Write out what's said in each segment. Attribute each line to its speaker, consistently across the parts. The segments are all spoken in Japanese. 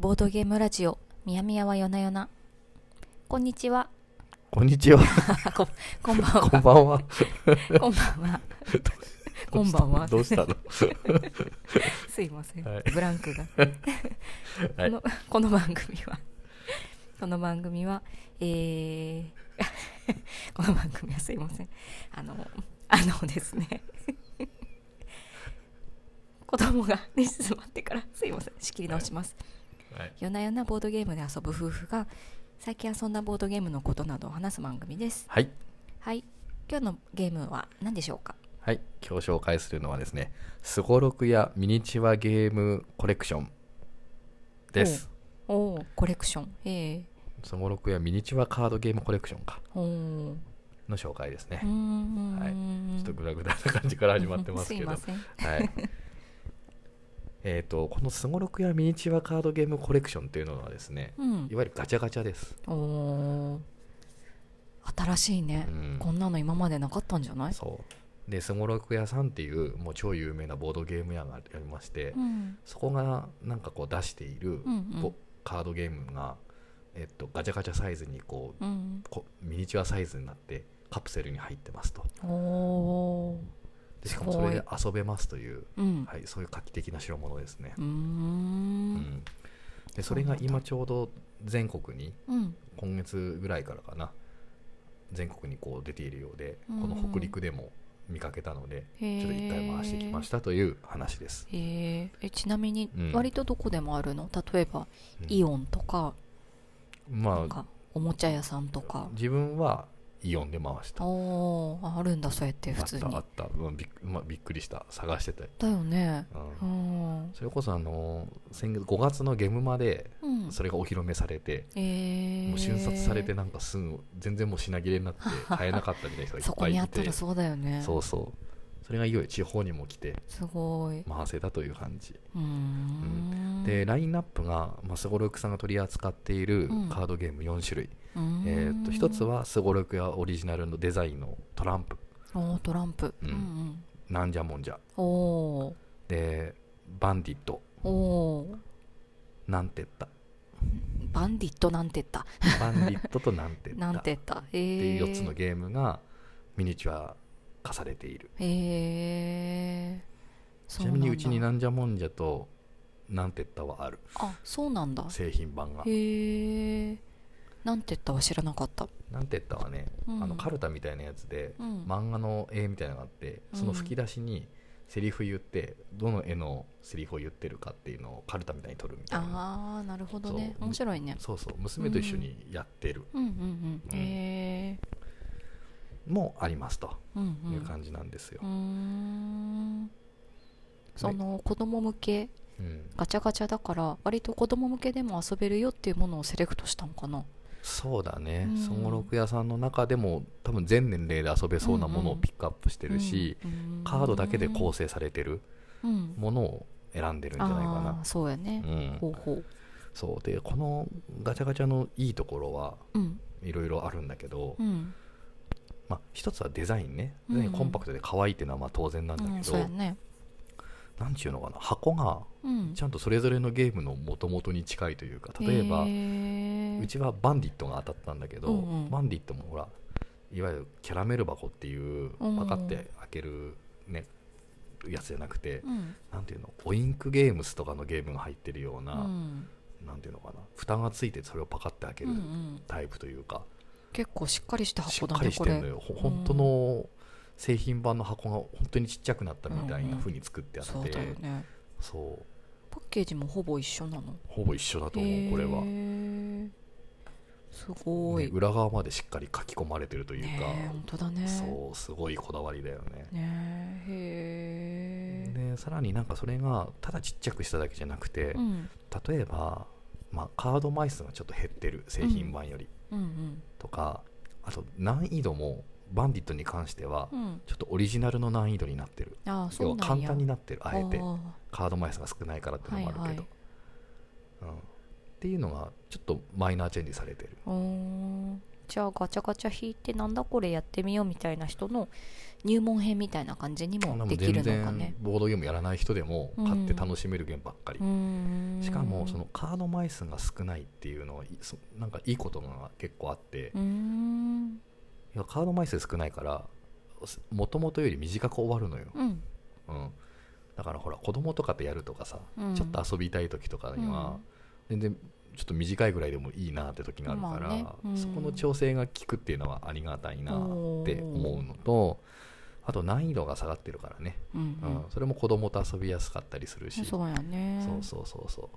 Speaker 1: ボードゲームラジオミヤミヤは夜な夜なこんにちは
Speaker 2: こんに ちは。
Speaker 1: ここんばんは
Speaker 2: こ んばんは。
Speaker 1: こんばん はこんばんは
Speaker 2: どうしたの
Speaker 1: すいません、
Speaker 2: はい
Speaker 1: ブランクが、
Speaker 2: は
Speaker 1: こ
Speaker 2: い
Speaker 1: のこの番組はこの番組はえー、 この番組はすいませんあのあのです ね子供が寝静まってからすいません仕切り直します、
Speaker 2: はい。
Speaker 1: 夜な夜なボードゲームで遊ぶ夫婦が最近遊んだボードゲームのことなどを話す番組です
Speaker 2: はい。
Speaker 1: はい今日のゲームは何でしょうか
Speaker 2: はい。今日紹介するのはですね、スゴロクやミニチュアゲームコレクションです。
Speaker 1: おおコレクションえ
Speaker 2: スゴロクやミニチュアカードゲームコレクションか。
Speaker 1: えおお
Speaker 2: の紹介です
Speaker 1: うー
Speaker 2: ね。
Speaker 1: ん、
Speaker 2: はいちょっ
Speaker 1: か
Speaker 2: とグダグダな感じから始まってますけど。
Speaker 1: いま
Speaker 2: は
Speaker 1: せん
Speaker 2: い。 えっと、このスゴロクやミニチュアカードゲームコレクションというのはですね、
Speaker 1: うん
Speaker 2: いわゆるガチャガチャです。
Speaker 1: おお新しいね、
Speaker 2: うん
Speaker 1: こんなの今までなかったんじゃない
Speaker 2: そう。で、スゴロク屋さんっていう、もう超有名なボードゲーム屋がありまして、
Speaker 1: うん
Speaker 2: そこがなんかこう出している
Speaker 1: うんうん
Speaker 2: こカードゲームが、えっと、ガチャガチャサイズにこう
Speaker 1: うん
Speaker 2: こミニチュアサイズになってカプセルに入ってますと
Speaker 1: おお
Speaker 2: でしかもそれ
Speaker 1: す
Speaker 2: で遊べますという、
Speaker 1: ーうん、
Speaker 2: はい、そういう画期的な代物ですね
Speaker 1: うー、
Speaker 2: うんんでそれが今ちょうど全国に
Speaker 1: うん
Speaker 2: 今月ぐらいからかな全国にこう出ているようでこ
Speaker 1: うん
Speaker 2: の北陸でも見かけたので
Speaker 1: へえ
Speaker 2: ちょっと一回回してきましたという話です、
Speaker 1: へーえちなみに
Speaker 2: うん
Speaker 1: 割とどこでもあるの、例えば
Speaker 2: うん
Speaker 1: イオンとか,、な
Speaker 2: ま
Speaker 1: ん
Speaker 2: あ
Speaker 1: かおもちゃ屋さんとか
Speaker 2: 自分はイオンで回した
Speaker 1: おーああるんだそうやって普通に
Speaker 2: あったあった、うんびっくまあ、びっくりした探してて、
Speaker 1: だよね
Speaker 2: うん
Speaker 1: うん、
Speaker 2: それこそあのー先月5月のゲムマで
Speaker 1: うん、
Speaker 2: それがお披露目されて、
Speaker 1: えー、
Speaker 2: もう瞬殺されてなんかすぐ全然もう品切れに なって買えなかったみたいな人がい
Speaker 1: そ
Speaker 2: っ
Speaker 1: こ
Speaker 2: ぱいい
Speaker 1: に
Speaker 2: て
Speaker 1: あったらそうだよね
Speaker 2: そうそうそれがいよいよ地方にも来て
Speaker 1: すごいう
Speaker 2: 回せたという感じ、
Speaker 1: ーん
Speaker 2: でラインナップがまあスゴロクさんが取り扱っている
Speaker 1: うん
Speaker 2: カードゲーム4種類、
Speaker 1: うーん
Speaker 2: えー、と1つはスゴロクやオリジナルのデザインのトランプ
Speaker 1: おートランプ、
Speaker 2: う
Speaker 1: うんんうん
Speaker 2: なんじゃもんじゃ
Speaker 1: おー
Speaker 2: でバンディット
Speaker 1: おー
Speaker 2: なんてった
Speaker 1: バンディットなんて言った
Speaker 2: バンディットとなんてった
Speaker 1: なん
Speaker 2: って
Speaker 1: 言
Speaker 2: て
Speaker 1: ったえ
Speaker 2: い
Speaker 1: ー、
Speaker 2: う4つのゲームがミニチュア化されている
Speaker 1: へえ
Speaker 2: ちなみにうちに
Speaker 1: ん
Speaker 2: なんじゃもんじゃとなんてったはある
Speaker 1: あそうなんだ
Speaker 2: 製品版が
Speaker 1: へえなんて言ったは知らなかった
Speaker 2: なんてったはね、
Speaker 1: うん
Speaker 2: あのカルタみたいなやつで、
Speaker 1: うん
Speaker 2: 漫画の絵みたいなのがあってその吹き出しにセリフ言ってどの絵のセリフを言ってるかっていうのをカルタみたいに撮るみたいな
Speaker 1: ああなるほどね
Speaker 2: そう
Speaker 1: 面白いね
Speaker 2: そうそう娘と一緒にやってる
Speaker 1: うんうん
Speaker 2: う
Speaker 1: うんんへえ
Speaker 2: もありますと
Speaker 1: うんうん
Speaker 2: いう
Speaker 1: う
Speaker 2: 感じなんですよ
Speaker 1: ー、んその子供向け
Speaker 2: うん、
Speaker 1: ガチャガチャだから割と子供向けでも遊べるよっていうものをセレクトしたのかな
Speaker 2: そうだね
Speaker 1: うん
Speaker 2: そごろく屋さんの中でも多分全年齢で遊べそうなものをピックアップしてるし、
Speaker 1: うん
Speaker 2: カードだけで構成されてる
Speaker 1: うん
Speaker 2: ものを選んでるんじゃないか
Speaker 1: あ
Speaker 2: な
Speaker 1: あ、そうやね
Speaker 2: うん、
Speaker 1: ほうほう
Speaker 2: そうでこのガチャガチャのいいところは
Speaker 1: うん
Speaker 2: いろいろあるんだけど、
Speaker 1: うん
Speaker 2: まあ、一つはデザインね
Speaker 1: うん
Speaker 2: デザインコンパクトで可愛いっていうのはまあ当然なんだ
Speaker 1: うん
Speaker 2: けど、
Speaker 1: そうやね
Speaker 2: なんちゅうのかな箱が
Speaker 1: うん
Speaker 2: ちゃんとそれぞれのゲームの元々に近いというか例えば、うちはバンディットが当たったんだけど、
Speaker 1: うんうん
Speaker 2: バンディットもほらいわゆるキャラメル箱っていう
Speaker 1: うん
Speaker 2: パカって開けるね、やつじゃなくて、
Speaker 1: うん
Speaker 2: なんていうのオインクゲームスとかのゲームが入ってるよう
Speaker 1: う
Speaker 2: な、
Speaker 1: ん
Speaker 2: なんていうのかな蓋がついてそれをパカって開け
Speaker 1: うんう
Speaker 2: る
Speaker 1: ん
Speaker 2: タイプというか、
Speaker 1: 結構しっかりした
Speaker 2: し
Speaker 1: 箱
Speaker 2: っ
Speaker 1: だ
Speaker 2: か
Speaker 1: ね
Speaker 2: りし
Speaker 1: こ
Speaker 2: て
Speaker 1: れ
Speaker 2: るのよほ本当の製品版の箱が本当にちっちゃくなったみたいな風に作ってあって、
Speaker 1: そうだよね
Speaker 2: そう
Speaker 1: パッケージもほぼ一緒なの
Speaker 2: ほぼ一緒だと思うこれは
Speaker 1: へ、ーすご
Speaker 2: ね
Speaker 1: い、ね
Speaker 2: 裏側までしっかり書き込まれてるというか、
Speaker 1: え本当だね
Speaker 2: そうすごいこだわりだよね
Speaker 1: ねえへえ
Speaker 2: でさらになんかそれがただちっちゃくしただけじゃなくて、
Speaker 1: うん
Speaker 2: 例えば、まあ、カード枚数がちょっと減ってる製品版より
Speaker 1: うん
Speaker 2: とか、あと難易度もバンディットに関しては
Speaker 1: うんうん
Speaker 2: ちょっとオリジナルの難易度になってる
Speaker 1: ああそう
Speaker 2: 要は
Speaker 1: なん
Speaker 2: 簡
Speaker 1: や
Speaker 2: 単になってるあえて
Speaker 1: ー
Speaker 2: カード枚数が少ないからっていうのもあるけど、
Speaker 1: はいはい
Speaker 2: うん、っていうのがちょっとマイナーチェンジされてる
Speaker 1: おーじゃあガチャガチャ引いてなんだこれやってみようみたいな人の入門編みたいな感じに
Speaker 2: あん
Speaker 1: も
Speaker 2: なも
Speaker 1: で
Speaker 2: ん
Speaker 1: きる
Speaker 2: 全
Speaker 1: のかね
Speaker 2: 然。ボードゲームやらない人でも買って楽しめるゲームばっかり、
Speaker 1: うーん
Speaker 2: しかもそのカード枚数が少ないっていうのはいそなんかいいことが結構あって、
Speaker 1: うーん
Speaker 2: いやカード枚数少ないからもともとより短く終わるのよ、
Speaker 1: うん
Speaker 2: うん、だからほら子供とかとやるとかさ、
Speaker 1: うん
Speaker 2: ちょっと遊びたい時とかには、全然ちょっと短いぐらいでもいいなって時があるか
Speaker 1: ま
Speaker 2: ら、
Speaker 1: あねうん
Speaker 2: そこの調整が効くっていうのはありがたいなって思うのとあと難易度が下がってるからね、
Speaker 1: うん
Speaker 2: う
Speaker 1: うんん
Speaker 2: それも子供と遊びやすかったりするし
Speaker 1: そうやね
Speaker 2: そうそうそうそ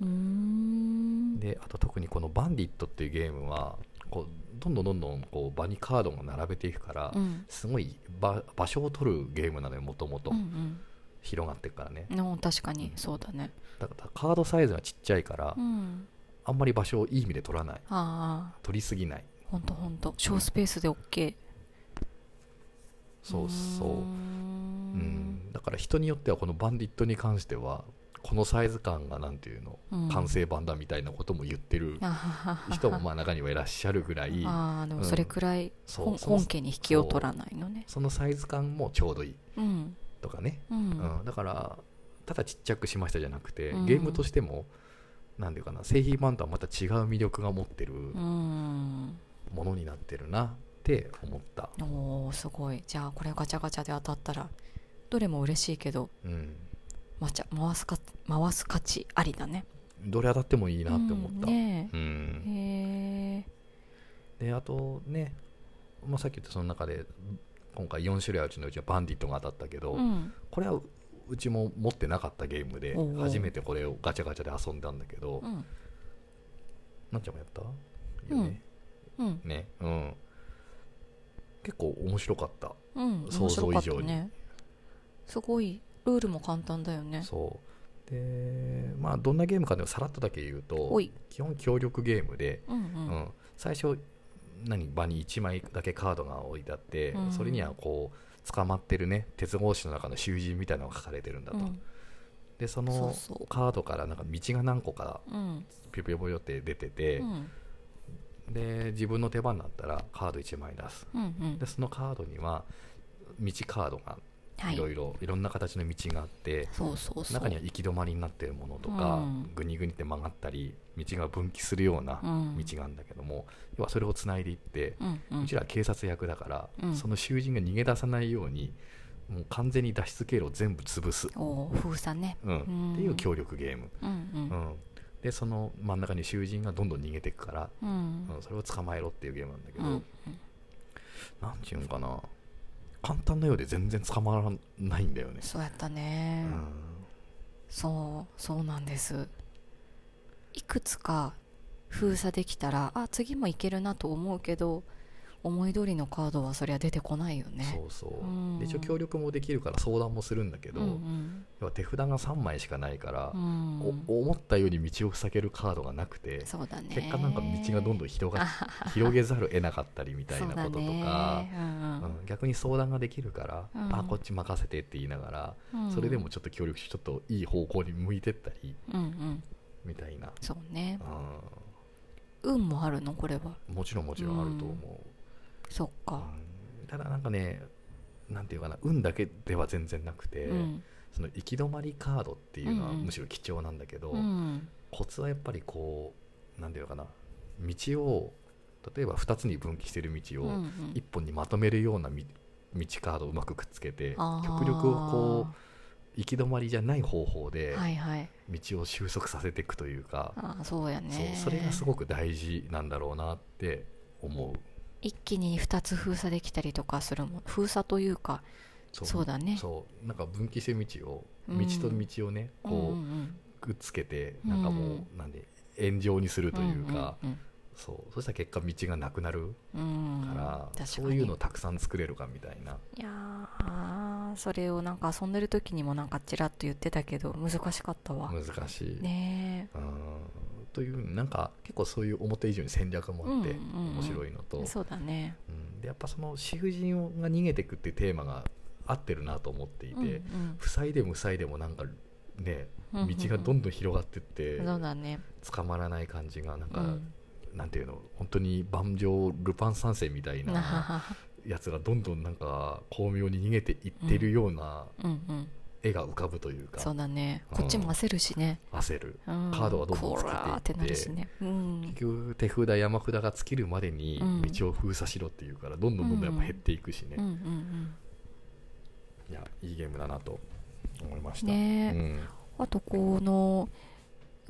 Speaker 2: う
Speaker 1: うーん
Speaker 2: であと特にこの「バンディット」っていうゲームはこうどんどんどんどんこう場にカードも並べていくから、
Speaker 1: うん
Speaker 2: すごい場場所を取るゲームなのよもともと
Speaker 1: うん
Speaker 2: 広がっていくからね
Speaker 1: うんうん確かにそうだね
Speaker 2: だからカードサイズがちっちゃいから、
Speaker 1: うん
Speaker 2: あんまり場所をいい意味で取らない
Speaker 1: ああ
Speaker 2: 取りすぎない
Speaker 1: ほんとほんと小スペースで OK
Speaker 2: そうそう
Speaker 1: うー
Speaker 2: うんんだから人によってはこの「バンディット」に関してはこのサイズ感がなんていうの
Speaker 1: うん
Speaker 2: 完成版だみたいなことも言ってる
Speaker 1: あははは
Speaker 2: 人もまあ中にはいらっしゃるぐらい
Speaker 1: ああでもそれくらい
Speaker 2: そう
Speaker 1: 本
Speaker 2: その
Speaker 1: 本家に引きを取らないのね
Speaker 2: そのサイズ感もちょうどいい
Speaker 1: うん
Speaker 2: とかね、
Speaker 1: う
Speaker 2: うん
Speaker 1: ん
Speaker 2: だからただちっちゃくしましたじゃなくて、
Speaker 1: うん
Speaker 2: ゲームとしてもなんていうかな製品版とはまた違う魅力が持ってる
Speaker 1: うん
Speaker 2: ものになってるなって思った、
Speaker 1: おーすごいじゃあこれガチャガチャで当たったらどれも嬉しいけど
Speaker 2: うん、
Speaker 1: まちゃ回すか回す価値ありだね
Speaker 2: どれ当たってもいいなって思った、
Speaker 1: うんね
Speaker 2: うん
Speaker 1: えへ
Speaker 2: であとね、まあ、さっき言ったその中で今回4種類あるうちのうちはバンディットが当たったけ
Speaker 1: え
Speaker 2: ど、
Speaker 1: うん
Speaker 2: これはううちも持ってなかったゲームで
Speaker 1: おうおう
Speaker 2: 初めてこれをガチャガチャで遊んだんだけど、
Speaker 1: うん
Speaker 2: なんちゃんもやったいいよね,、
Speaker 1: うん
Speaker 2: ねうん、結構面白かった
Speaker 1: うん
Speaker 2: 想像以上に
Speaker 1: 面白かったねすごいルールも簡単だよね
Speaker 2: そうでまあどんなゲームかでもさらっとだけ言うと
Speaker 1: おい
Speaker 2: 基本協力ゲームで、
Speaker 1: うんう
Speaker 2: うんん、最初何場に1枚だけカードが置いてあって、
Speaker 1: うん
Speaker 2: それにはこう捕まってるね鉄格子の中の囚人みたいなのが書かれてるんだと、
Speaker 1: うん
Speaker 2: でそ
Speaker 1: そ
Speaker 2: の
Speaker 1: うそう
Speaker 2: カードからなんか道が何個か
Speaker 1: うん
Speaker 2: ピョピョピョって出てて
Speaker 1: う、ん
Speaker 2: で自分の手番になったらカード1枚出す
Speaker 1: うんうん
Speaker 2: でそのカードには道カードが
Speaker 1: はい
Speaker 2: いろいろいろんな形の道があって
Speaker 1: そうそうそう
Speaker 2: 中には行き止まりになってるものとか、
Speaker 1: うん
Speaker 2: ぐにぐにって曲がったり道が分岐するような
Speaker 1: う
Speaker 2: 道
Speaker 1: ん
Speaker 2: があるんだけども、要はそれをつないでいって、
Speaker 1: うんう
Speaker 2: うんちらは警察役だから、
Speaker 1: うん
Speaker 2: その囚人が逃げ出さないようにもう完全に脱出経路を全部潰す、
Speaker 1: おお封鎖ね
Speaker 2: うん
Speaker 1: うん
Speaker 2: っていう協力ゲーム、
Speaker 1: うんう
Speaker 2: うんんでその真ん中に囚人がどんどん逃げていくから、
Speaker 1: う
Speaker 2: うんんそれを捕まえろっていうゲームなんだけ
Speaker 1: う
Speaker 2: ど、
Speaker 1: ん
Speaker 2: なんていうのかな簡単なようで全然捕まらないんだよね、
Speaker 1: そうやった
Speaker 2: う
Speaker 1: ね
Speaker 2: ん
Speaker 1: そうそうなんですいくつか封鎖できたらあ次もいけるなと思うけど思い通りのカードはそりゃ出てこないよね
Speaker 2: そうそ
Speaker 1: う
Speaker 2: う、
Speaker 1: ん
Speaker 2: で一応協力もできるから相談もするんだけど、
Speaker 1: うん
Speaker 2: 要は手札が3枚しかないから
Speaker 1: うん、うん
Speaker 2: お思ったように道を塞げるカードがなくて
Speaker 1: そうだね
Speaker 2: 結果なんか道がどんどん 広がっ広げざるを得なかったりみたいなこととか、うん逆に相談ができるから、
Speaker 1: うん
Speaker 2: あこっち任せてって言いながら、それでもちょっと協力してちょっといい方向に向いてったり
Speaker 1: うんうん
Speaker 2: みたいな、
Speaker 1: そうね
Speaker 2: う
Speaker 1: 運もあるのこれは
Speaker 2: んもちろんもちろんあると思
Speaker 1: そっ
Speaker 2: う、
Speaker 1: か
Speaker 2: うんただなんかねなんていうかな運だけでは全然なくて、
Speaker 1: うん
Speaker 2: その行き止まりカードっていうのは
Speaker 1: うんうん
Speaker 2: むしろ貴重なんだけど、
Speaker 1: うん
Speaker 2: コツはやっぱりこうなんていうのかな道を例えば2つに分岐してる道を、
Speaker 1: うんうん
Speaker 2: 一本にまとめるようなみ道カードをうまくくっつけて
Speaker 1: あー
Speaker 2: 極力をこう行き止まりじゃない方法で
Speaker 1: はいはい
Speaker 2: 道を収束させていくというか、
Speaker 1: あーそうやね
Speaker 2: そうそれがすごく大事なんだろうなって思う
Speaker 1: 一気に2つ封鎖できたりとかするもん封鎖というか
Speaker 2: そう
Speaker 1: そうだね
Speaker 2: そうなんか分岐してる道を
Speaker 1: うん
Speaker 2: 道と道をね、
Speaker 1: う
Speaker 2: こ
Speaker 1: んうんうん
Speaker 2: うくっつけて、
Speaker 1: うん
Speaker 2: なんかもうなんで円状にするというか、
Speaker 1: うん
Speaker 2: そうそしたら結果道がなくなる
Speaker 1: うんうんう
Speaker 2: か
Speaker 1: ん
Speaker 2: ら、
Speaker 1: 確かに
Speaker 2: そういうのをたくさん作れるかみたいない
Speaker 1: やーそれをなんか遊んでる時にもなんかちらっと言ってたけど難しかったわ
Speaker 2: 難しい。
Speaker 1: ね
Speaker 2: うんというなんか結構そういう表以上に戦略もあって
Speaker 1: うんうんうん
Speaker 2: 面白いのと、
Speaker 1: えそうだね
Speaker 2: うんでやっぱその囚人が逃げてくっていうテーマが合ってるなと思っていて、
Speaker 1: うんうん
Speaker 2: 塞いでも塞いでもなんかね
Speaker 1: うんう
Speaker 2: 道
Speaker 1: ん
Speaker 2: がどんどん広がってって
Speaker 1: そうだね
Speaker 2: 捕まらない感じがなんか、
Speaker 1: うん
Speaker 2: なんていうの本当に盤上ルパン三世みたいなやつがどんどんなんか巧妙に逃げていってるような
Speaker 1: うん うん
Speaker 2: 絵が浮かぶというか、
Speaker 1: そうだね
Speaker 2: うん
Speaker 1: こっちも焦るしね、
Speaker 2: 焦る
Speaker 1: うん、
Speaker 2: カードはどんどん
Speaker 1: こ
Speaker 2: つけていって
Speaker 1: らーってなるしね、うん
Speaker 2: 結、局手札山札が尽きるまでに
Speaker 1: うん
Speaker 2: 道を封鎖しろっていうからどんどんどんどんやっぱ減っていくしね、
Speaker 1: うんうんうん
Speaker 2: いやいいゲームだなと思いました、
Speaker 1: ねえ
Speaker 2: うん
Speaker 1: あとこの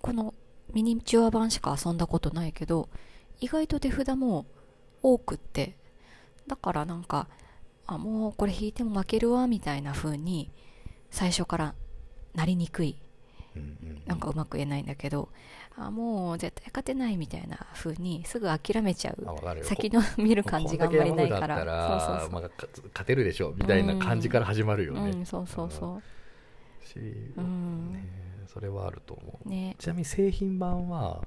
Speaker 1: このミニチュア版しか遊んだことないけど意外と手札も多くってだからなんかあもうこれ引いても負けるわみたいな風に最初からなりにくい
Speaker 2: うんうん
Speaker 1: なんかうまく言えないんだけどあもう絶対勝てないみたいな風にすぐ諦めちゃ
Speaker 2: あ
Speaker 1: う
Speaker 2: わかるよ
Speaker 1: 先の見る感じがあんまりないか
Speaker 2: こんだけ山札あった
Speaker 1: らそうそうそう
Speaker 2: まあか勝てるでしょみたいな感じから始まるよね、
Speaker 1: うんそうそうそう
Speaker 2: し、
Speaker 1: うん
Speaker 2: ねそれはあると思う
Speaker 1: ね
Speaker 2: ちなみに製品版は、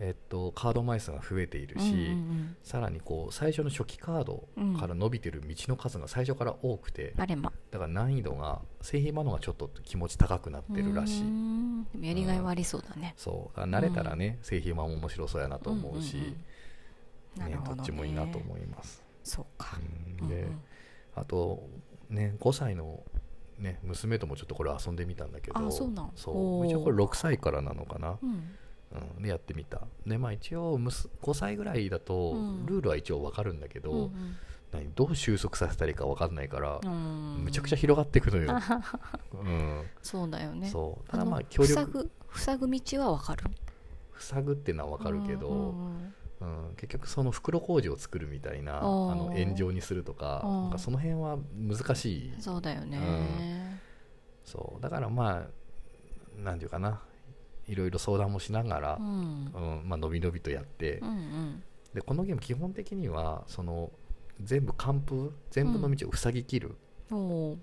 Speaker 2: えっと、カード枚数が増えているし、
Speaker 1: うん
Speaker 2: さらにこう最初の初期カード
Speaker 1: うんうん、う
Speaker 2: から
Speaker 1: ん
Speaker 2: 伸びてる道の数が最初から多くて、
Speaker 1: あれま
Speaker 2: だから難易度が製品版の方がちょっと気持ち高くなってるらしい、
Speaker 1: うーんでもやりがいはありそうだね、
Speaker 2: そうだから慣れたらね、製品版も面白そうやなと思うし、
Speaker 1: んんうんなる
Speaker 2: ね
Speaker 1: ほ
Speaker 2: ど
Speaker 1: ど、ね
Speaker 2: っちもいいなと思います、
Speaker 1: そうか、
Speaker 2: うんで、
Speaker 1: うんうん
Speaker 2: あとね5歳のね、娘ともちょっとこれ遊んでみたんだけど
Speaker 1: あそうなん
Speaker 2: そ
Speaker 1: お
Speaker 2: う
Speaker 1: ー
Speaker 2: 一応これ6歳からなのかな
Speaker 1: うん
Speaker 2: うん、でやってみたでまあ一応むす5歳ぐらいだと
Speaker 1: うん
Speaker 2: ルールは一応わかるんだけど、
Speaker 1: うん
Speaker 2: 何どう収束させたらいいかわかんないから
Speaker 1: う、ん
Speaker 2: むちゃくちゃ広がっていくの よ、うん
Speaker 1: そうだよね
Speaker 2: そう
Speaker 1: あ
Speaker 2: ただ
Speaker 1: の
Speaker 2: まあ協
Speaker 1: 塞
Speaker 2: 力
Speaker 1: ぐ塞ぐ道はわかる
Speaker 2: 塞ぐっていうのはわかるけど、
Speaker 1: うんうん
Speaker 2: うん結局その袋工事を作るみたいなあ
Speaker 1: おー
Speaker 2: の炎上にするとか
Speaker 1: うん
Speaker 2: なんかその辺は難しい
Speaker 1: うんそうだよね、
Speaker 2: そうだからまあなんていうかないろいろ相談もしながら
Speaker 1: う、ん
Speaker 2: うんまあのびのびとやって
Speaker 1: うんうん
Speaker 2: でこのゲーム基本的にはその全部完封全部の道を塞ぎ切る
Speaker 1: おー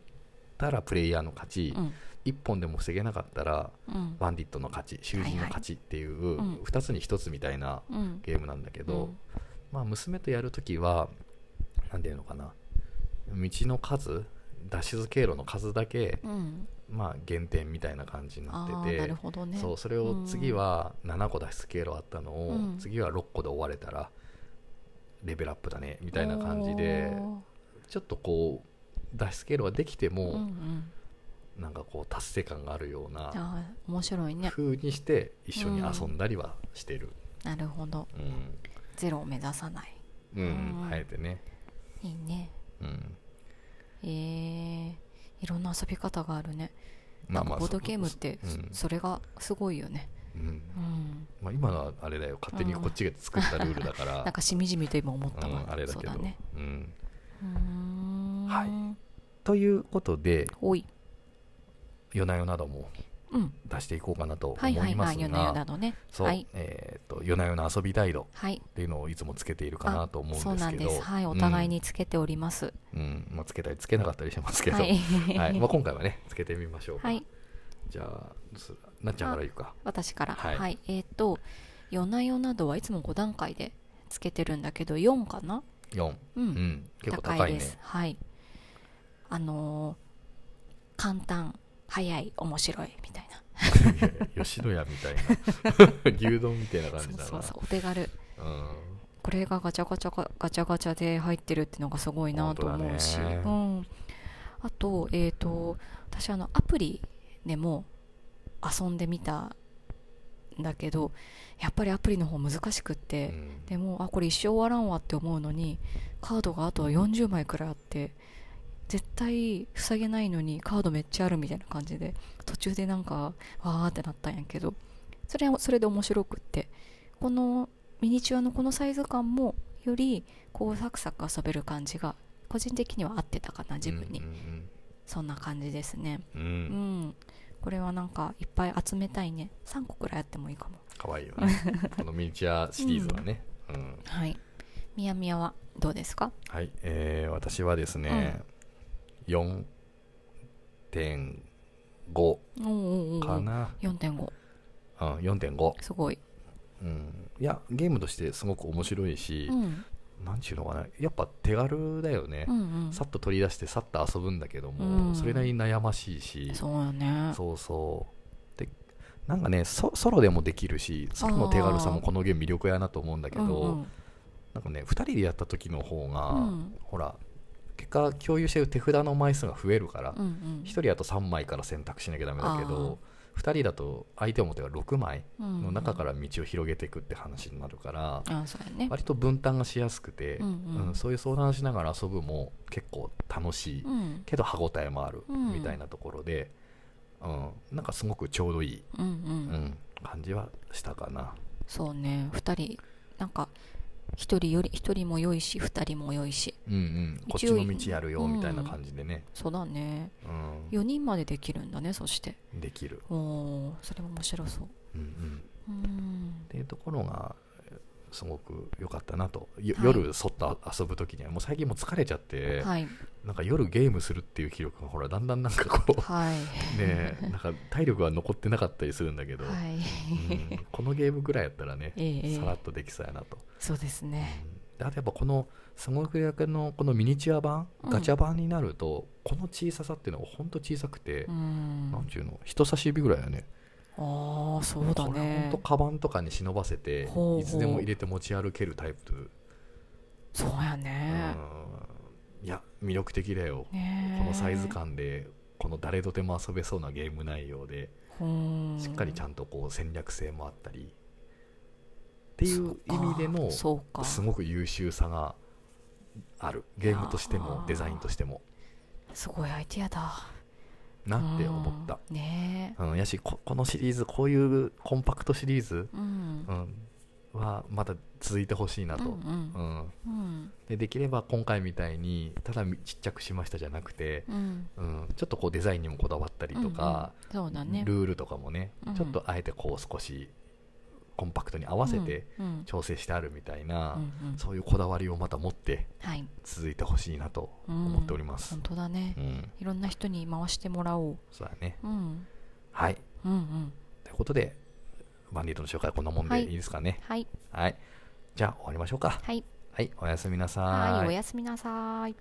Speaker 2: たらプレイヤーの勝ち、
Speaker 1: うん
Speaker 2: 一1本でも防げなかったら
Speaker 1: うん
Speaker 2: バンディットの勝ち囚人の勝ちっていう、
Speaker 1: いうん
Speaker 2: 2つに1つみたいな
Speaker 1: うん
Speaker 2: ゲームなんだけど、
Speaker 1: うん
Speaker 2: まあ、娘とやるときは何ていうのかな道の数脱出経路の数だけ、
Speaker 1: うん
Speaker 2: まあ、減点みたいな感じに
Speaker 1: あ
Speaker 2: なって
Speaker 1: ーな
Speaker 2: て
Speaker 1: るほどね
Speaker 2: そうそれを次は7個脱出経路あったのを、
Speaker 1: うん
Speaker 2: 次は6個で終われたらレベルアップだねみたいな感じで
Speaker 1: お
Speaker 2: ちょっとこう脱出経路ができて
Speaker 1: ーうんう
Speaker 2: も、
Speaker 1: ん
Speaker 2: なんかこう達成感があるような
Speaker 1: あー面白いね
Speaker 2: 風にして一緒に遊んだりはしてる、
Speaker 1: なるほど
Speaker 2: うん
Speaker 1: ゼロを目指さない
Speaker 2: うん
Speaker 1: うん
Speaker 2: あえてね、
Speaker 1: いいね
Speaker 2: うん、
Speaker 1: えー、いろんな遊び方があるね、
Speaker 2: まあ
Speaker 1: なんかボードゲームって
Speaker 2: う
Speaker 1: そ,、
Speaker 2: ん
Speaker 1: れがすごいよね、
Speaker 2: うん
Speaker 1: うん、
Speaker 2: まあ、今のはあれだよ勝手にこっちが作ったルールだか ら、
Speaker 1: なんかしみじみと今思った
Speaker 2: う
Speaker 1: わ、
Speaker 2: んあれだけど
Speaker 1: そうだね
Speaker 2: うん、
Speaker 1: うーん
Speaker 2: はいということで
Speaker 1: おい
Speaker 2: 夜な夜なども
Speaker 1: うん
Speaker 2: 出していこうかなと
Speaker 1: は
Speaker 2: 思
Speaker 1: いはいい
Speaker 2: ま
Speaker 1: は
Speaker 2: す
Speaker 1: い夜な夜
Speaker 2: が
Speaker 1: なのね
Speaker 2: そう
Speaker 1: はい
Speaker 2: えーと夜な夜な遊び態度
Speaker 1: はい
Speaker 2: っていうのをいつもつけているかなと思うんですけ
Speaker 1: そ
Speaker 2: ど
Speaker 1: うなんですはいお互いにつけております、
Speaker 2: うん、うんまあ、つけたりつけなかったりしますけど、
Speaker 1: は
Speaker 2: はいいまあ、今回はねつけてみましょうか、
Speaker 1: はい
Speaker 2: じゃあすなっちゃんから言うか
Speaker 1: 私から
Speaker 2: は
Speaker 1: はいい、えっ、と夜な夜などはいつも5段階でつけてるんだけど4かな
Speaker 2: 4、
Speaker 1: うん、
Speaker 2: うん、結構高いね
Speaker 1: ですはいあのー簡単早い面白いみたいな
Speaker 2: 吉野家みたいな牛丼みたいな感
Speaker 1: そ
Speaker 2: じ
Speaker 1: う
Speaker 2: だな
Speaker 1: そうそうお手軽
Speaker 2: うん
Speaker 1: これがガチャガチャガガチャガチャで入ってるってのがすごいなと思うし、
Speaker 2: 本当だね
Speaker 1: うん、あとえっ、と私あのアプリでも遊んでみたんだけどやっぱりアプリの方難しくっ
Speaker 2: う
Speaker 1: て、
Speaker 2: ん
Speaker 1: でもあこれ一生終わらんわって思うのにカードがあと40枚くらいあって絶対塞げないのにカードめっちゃあるみたいな感じで途中でなんかわーってなったんやけどそれはそれで面白くってこのミニチュアのこのサイズ感もよりこうサクサク遊べる感じが個人的には合ってたかな自分に、
Speaker 2: うん
Speaker 1: そんな感じですね
Speaker 2: うんう、
Speaker 1: うん
Speaker 2: うん
Speaker 1: んこれはなんかいっぱい集めたいね3個くらいあってもいいかも
Speaker 2: 可愛いよね このミニチュアシリーズはね、うん
Speaker 1: はいみやみやはどうですか
Speaker 2: はい、えー私はですね、
Speaker 1: おーおーお
Speaker 2: 4.5
Speaker 1: ーおー
Speaker 2: かな、
Speaker 1: 4.5
Speaker 2: うん4.5、
Speaker 1: すごい、
Speaker 2: うん、いやゲームとしてすごく面白いし
Speaker 1: う、ん、
Speaker 2: なんちゅうのかなやっぱ手軽だよね
Speaker 1: う、んうん
Speaker 2: さっと取り出してさっと遊ぶんだけども、
Speaker 1: うん
Speaker 2: それなりに悩ましいし
Speaker 1: そうよね
Speaker 2: そうそうでなんかねソソロでもできるしソロの手軽さもこのゲーム魅力やなと思うんだけど、
Speaker 1: うん
Speaker 2: なんかね2人でやった時の方が、
Speaker 1: うん
Speaker 2: ほら結果共有してる手札の枚数が増えるから、
Speaker 1: うんうん
Speaker 2: 1人だと3枚から選択しなきゃダメだけど2人だと相手を持てば6枚
Speaker 1: うん
Speaker 2: の中から道を広げていくって話になるから、
Speaker 1: あそうやね
Speaker 2: 割と分担がしやすくて、
Speaker 1: うんうん
Speaker 2: うんそういう相談しながら遊ぶも結構楽しい、
Speaker 1: うん
Speaker 2: けど歯応えもある
Speaker 1: うん
Speaker 2: みたいなところで、うんなんかすごくちょうどいい、
Speaker 1: うんう
Speaker 2: うん
Speaker 1: ん
Speaker 2: 感じはしたかな。
Speaker 1: そうね2人なんか1人より1人も良いし2人も良いし
Speaker 2: うんうん、こっちの道やるよみたいな感じでね、
Speaker 1: そうだね
Speaker 2: うん
Speaker 1: 4人までできるんだねそして
Speaker 2: できる、
Speaker 1: おおそれも面白そう
Speaker 2: うんうん、
Speaker 1: うん
Speaker 2: っていうところがえーすごく良かったなと、よ
Speaker 1: はい
Speaker 2: 夜そっと遊ぶ時にはもう最近もう疲れちゃって、
Speaker 1: はい
Speaker 2: なんか夜ゲームするっていう気力がほらだんだんなんかこう
Speaker 1: はい
Speaker 2: ねえなんか体力は残ってなかったりするんだけど、
Speaker 1: はい
Speaker 2: うんこのゲームぐらいやったらね、
Speaker 1: ええ
Speaker 2: さらっとできそうやなと、
Speaker 1: そうですね
Speaker 2: うんであとやっぱこのすごく役のこのミニチュア版、
Speaker 1: うん
Speaker 2: ガチャ版になるとこの小ささっていうのがほんと小さくて
Speaker 1: う、
Speaker 2: なん
Speaker 1: ん
Speaker 2: ちゅうの人差し指ぐらいだね
Speaker 1: ああそうだ
Speaker 2: これほん
Speaker 1: ね
Speaker 2: とカバンとかに忍ばせて
Speaker 1: ほうほう
Speaker 2: いつでも入れて持ち歩けるタイプ、
Speaker 1: そうやね
Speaker 2: うんいや魅力的だよ、
Speaker 1: ねえ
Speaker 2: このサイズ感でこの誰とでも遊べそうなゲーム内容で
Speaker 1: うん
Speaker 2: しっかりちゃんとこう戦略性もあったりっていう意味でのす
Speaker 1: そうかそうか
Speaker 2: ごく優秀さがあるゲームとしても
Speaker 1: あー
Speaker 2: デザインとしても
Speaker 1: すごいアイディアだ
Speaker 2: なって思った。
Speaker 1: うんね
Speaker 2: うん、やしここのシリーズこういうコンパクトシリーズ、
Speaker 1: えうん
Speaker 2: うん、はまた続いてほしいなと、
Speaker 1: うん
Speaker 2: うん
Speaker 1: うん
Speaker 2: でできれば今回みたいにただみちっちゃくしましたじゃなくて、
Speaker 1: うん
Speaker 2: うん、ちょっとこうデザインにもこだわったりとか、
Speaker 1: うんうんそうだね
Speaker 2: ルールとかもね、
Speaker 1: うん
Speaker 2: ちょっとあえてこう少しコンパクトに合わせて
Speaker 1: うんうん
Speaker 2: 調整してあるみたいな、
Speaker 1: うんうん
Speaker 2: そういうこだわりをまた持って
Speaker 1: はい
Speaker 2: 続いてほしいなと思っております
Speaker 1: 本。当だね
Speaker 2: うん
Speaker 1: いろんな人に回してもらおう
Speaker 2: そうだね、
Speaker 1: うん
Speaker 2: はい、
Speaker 1: うんうん
Speaker 2: ということでバンディートの紹介はこんなもん
Speaker 1: は
Speaker 2: で
Speaker 1: い
Speaker 2: いいですかね。
Speaker 1: はい
Speaker 2: はい、じゃあ終わりましょうか。
Speaker 1: はい
Speaker 2: はい、おやすみなさ
Speaker 1: はいおやすみなさーい